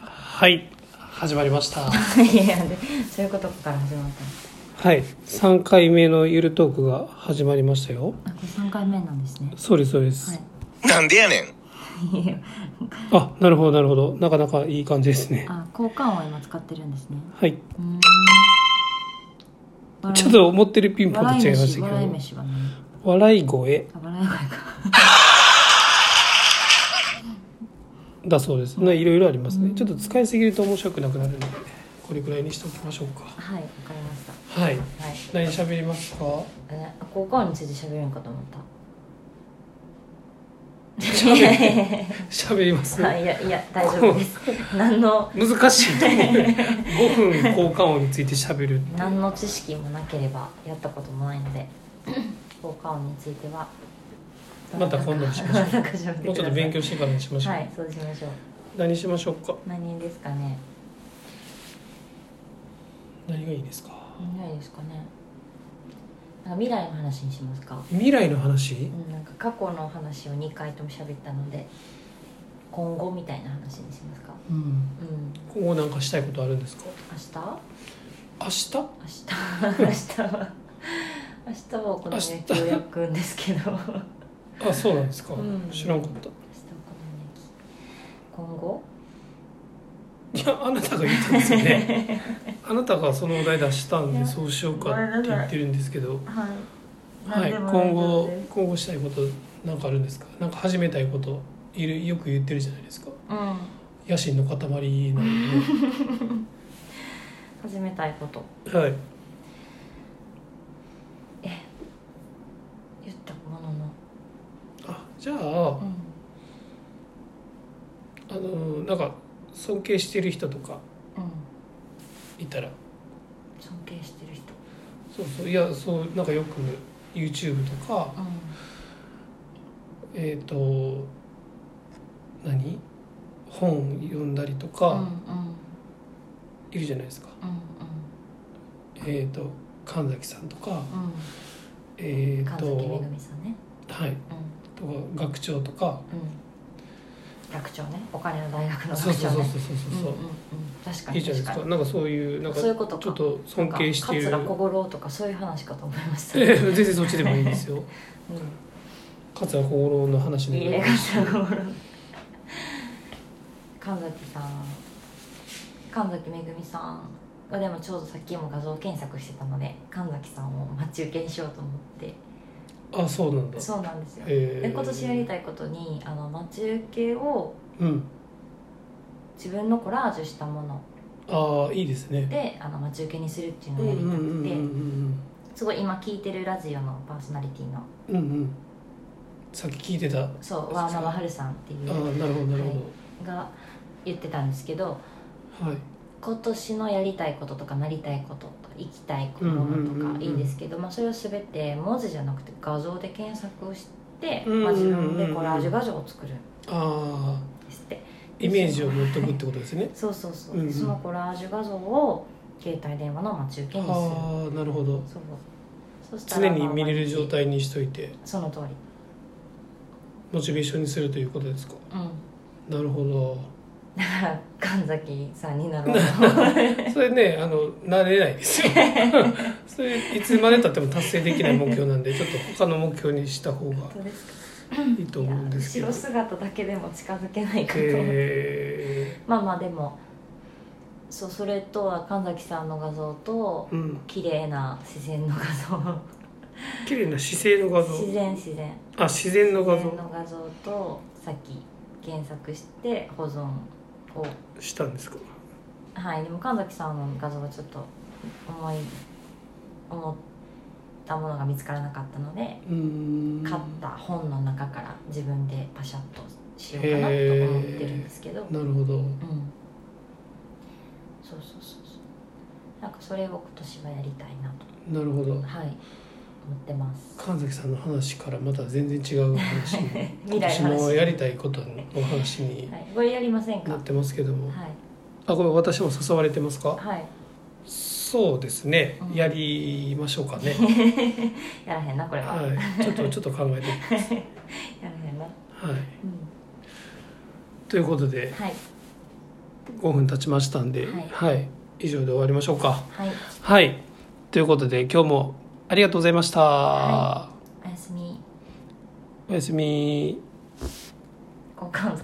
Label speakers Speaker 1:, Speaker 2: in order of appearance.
Speaker 1: はい始まりました
Speaker 2: いやいやそういうことから始まったんです
Speaker 1: はい3回目のゆるトークが始まりましたよ
Speaker 2: あこれ3回目なんですね
Speaker 1: そうですそうです、
Speaker 2: はい
Speaker 3: なんでやねん
Speaker 2: いや
Speaker 1: あなるほどなるほどなかなかいい感じですね
Speaker 2: あ交換音を今使ってるんですね
Speaker 1: はい
Speaker 2: ちょ
Speaker 1: ちょっと思ってるピンポンと
Speaker 2: 笑い
Speaker 1: 違いまし
Speaker 2: 飯
Speaker 1: たけ
Speaker 2: 笑い
Speaker 1: ど
Speaker 2: 飯はね
Speaker 1: 笑い声
Speaker 2: あ笑い声か
Speaker 1: だそうですないろいろありますねちょっと使いすぎると面白くなくなるのでこれくらいにしておきましょうか
Speaker 2: はいわかりました
Speaker 1: は
Speaker 2: は
Speaker 1: い
Speaker 2: い
Speaker 1: 何喋りますか
Speaker 2: え交換音について喋るんかと思った
Speaker 1: 喋る喋りま す、
Speaker 2: はいいやいや大丈夫です 何の
Speaker 1: 難しいと思う5分交換音について喋 る
Speaker 2: 何の知識もなければやったこともないの で交換音については
Speaker 1: また今度にしましょう
Speaker 2: なんか喋ってください
Speaker 1: もうちょっと勉強してからにしましょう、
Speaker 2: はいそうしましょう
Speaker 1: 何しましょうか
Speaker 2: 何ですかね
Speaker 1: 何がいいですか
Speaker 2: いないですかねなんか未来の話にしますか、
Speaker 1: 未来の話
Speaker 2: うん、なんか過去の話を2回とも喋ったので今後みたいな話にしますか
Speaker 1: うん
Speaker 2: うん
Speaker 1: 今後なんかしたいことあるんですか
Speaker 2: 明日
Speaker 1: 明日
Speaker 2: 明日 明日は明日はお好み焼きを焼くんですけど明日は
Speaker 1: あそうなんですか、
Speaker 2: うん
Speaker 1: 知らんかった
Speaker 2: お好み焼き今後
Speaker 1: いやあなたが言ったんですよねあなたがそのお題出したんでそうしようかって言ってるんですけど
Speaker 2: はい
Speaker 1: は
Speaker 2: 何
Speaker 1: い
Speaker 2: でも
Speaker 1: 今後
Speaker 2: 大丈夫です
Speaker 1: 今後したいことなんかあるんですかなんか始めたいこといるよく言ってるじゃないですか
Speaker 2: うん
Speaker 1: 野心の塊なんで、
Speaker 2: 始めたいこと
Speaker 1: はい
Speaker 2: 言ったものの、
Speaker 1: あじゃあ
Speaker 2: うん
Speaker 1: あのなんか尊敬してる人とか
Speaker 2: うん、
Speaker 1: いたら
Speaker 2: 尊敬してる人
Speaker 1: そうそういやそうなんかよく YouTube とか
Speaker 2: う
Speaker 1: えっ、と何本読んだりと
Speaker 2: んうん
Speaker 1: か
Speaker 2: うん
Speaker 1: いるじゃないですか、
Speaker 2: うん
Speaker 1: えっ、と神崎さんとか
Speaker 2: うん
Speaker 1: え
Speaker 2: うん
Speaker 1: っ、
Speaker 2: 神崎め
Speaker 1: と
Speaker 2: ぐみさんね
Speaker 1: はい
Speaker 2: うん
Speaker 1: とか学長とか
Speaker 2: うん学長ねお金の大学の学長
Speaker 1: そう
Speaker 2: ね
Speaker 1: そうそうそう
Speaker 2: う
Speaker 1: そう
Speaker 2: ん
Speaker 1: そううん
Speaker 2: うん確か
Speaker 1: い
Speaker 2: に
Speaker 1: いじゃな
Speaker 2: 確
Speaker 1: いです
Speaker 2: か
Speaker 1: か
Speaker 2: に
Speaker 1: なんかそういうなんか
Speaker 2: そういうことか
Speaker 1: ちょっと尊敬してい
Speaker 2: な
Speaker 1: る
Speaker 2: んか桂小五郎とかそういう話かと思いました、
Speaker 1: え 全然そっちでもいいですよ
Speaker 2: う
Speaker 1: 桂小五郎の話
Speaker 2: ん、
Speaker 1: で
Speaker 2: い
Speaker 1: も
Speaker 2: い
Speaker 1: いい
Speaker 2: ね
Speaker 1: ですし
Speaker 2: 桂小五郎神崎さん神崎めぐみさんはでもちょうどさっきも画像検索してたので神崎さんを待ち受けにしようと思って
Speaker 1: あそうなんだ
Speaker 2: そうなんですよ
Speaker 1: え
Speaker 2: で今年やりたいことにあの待ち受けを
Speaker 1: うん
Speaker 2: 自分のコラージュしたもの
Speaker 1: ああいいですね
Speaker 2: であの待ち受けにするっていう
Speaker 1: う
Speaker 2: の
Speaker 1: ん
Speaker 2: をや
Speaker 1: うん
Speaker 2: りたくて、
Speaker 1: うんうん
Speaker 2: すごい今聞いてるラジオのパーソナリティの
Speaker 1: うんうんうんさっき聞いてたあ
Speaker 2: そうワーナバハルさんってい
Speaker 1: あ
Speaker 2: う
Speaker 1: なるほどなるほ
Speaker 2: が言ってたんですけど
Speaker 1: どはい
Speaker 2: 今年のやりたいこととかなりたいこととか行きたいも
Speaker 1: うんうんうん
Speaker 2: の
Speaker 1: う
Speaker 2: と
Speaker 1: ん
Speaker 2: かいいんですけど、まあ、それを全て文字じゃなくて画像で検索をして、
Speaker 1: うんうんうん
Speaker 2: まあ、自分でコラージュ画像を作るん
Speaker 1: ああ
Speaker 2: ですって
Speaker 1: イメージを持っておくってことですね
Speaker 2: そうそうそう、
Speaker 1: うんうん
Speaker 2: そのコラージュ画像を携帯電話の待ち受けにする
Speaker 1: ああなるほど
Speaker 2: そうそした
Speaker 1: 常
Speaker 2: ら
Speaker 1: に見れる
Speaker 2: まあ
Speaker 1: 状態にしといて
Speaker 2: その通り
Speaker 1: モチベーションにするということですか
Speaker 2: うん
Speaker 1: なるほど
Speaker 2: だから神崎さんになろうと
Speaker 1: それねあの慣れないですよ それいつまでたっても達成できない目標なんでちょっと他の目標にした方が
Speaker 2: そうですか
Speaker 1: いいと
Speaker 2: い
Speaker 1: 思
Speaker 2: や
Speaker 1: うんですけ
Speaker 2: 後
Speaker 1: ど
Speaker 2: ろ姿だけでも近づけないかと、
Speaker 1: え
Speaker 2: まあまあでもそうそれとは神崎さんの画像と
Speaker 1: ー、うん
Speaker 2: 綺麗な自然の画
Speaker 1: 綺麗な姿勢の画
Speaker 2: 像
Speaker 1: 像
Speaker 2: 自然自然
Speaker 1: あ自然の
Speaker 2: 自
Speaker 1: 画
Speaker 2: 然
Speaker 1: 像
Speaker 2: の画像とさっき検索して保存を
Speaker 1: したんですか
Speaker 2: はい、でも神崎さんの画像はちょっと思い思ったものが見つからなかったので
Speaker 1: うーん
Speaker 2: 買った本の中から自分でパシャッとしようかなと思ってるんですけど、うん、
Speaker 1: なるほど
Speaker 2: そうそうそうそうなんかそれを今年はやりたいなと
Speaker 1: なるほど
Speaker 2: はい思ってます
Speaker 1: 神崎さんの話からまた全然違う話に
Speaker 2: 未来
Speaker 1: 今
Speaker 2: の
Speaker 1: 年
Speaker 2: 話
Speaker 1: のやりたいことの話に
Speaker 2: はい、これやりませんか
Speaker 1: な
Speaker 2: は
Speaker 1: っ
Speaker 2: い
Speaker 1: てますけども、あこれ私も誘われてますか
Speaker 2: はい
Speaker 1: そうですね
Speaker 2: うん
Speaker 1: やりましょう かね、
Speaker 2: やらへんなこれは、や
Speaker 1: はいちょっとちょっと考えて
Speaker 2: らへんな
Speaker 1: はい
Speaker 2: うん
Speaker 1: ということで
Speaker 2: はい
Speaker 1: 5分経ちましたんで、
Speaker 2: は
Speaker 1: はい、以上で終わりましょうか。
Speaker 2: はい
Speaker 1: はい、ということで今日もありがとうございました。
Speaker 2: はおやすみ
Speaker 1: おやすみ。
Speaker 2: 交換使い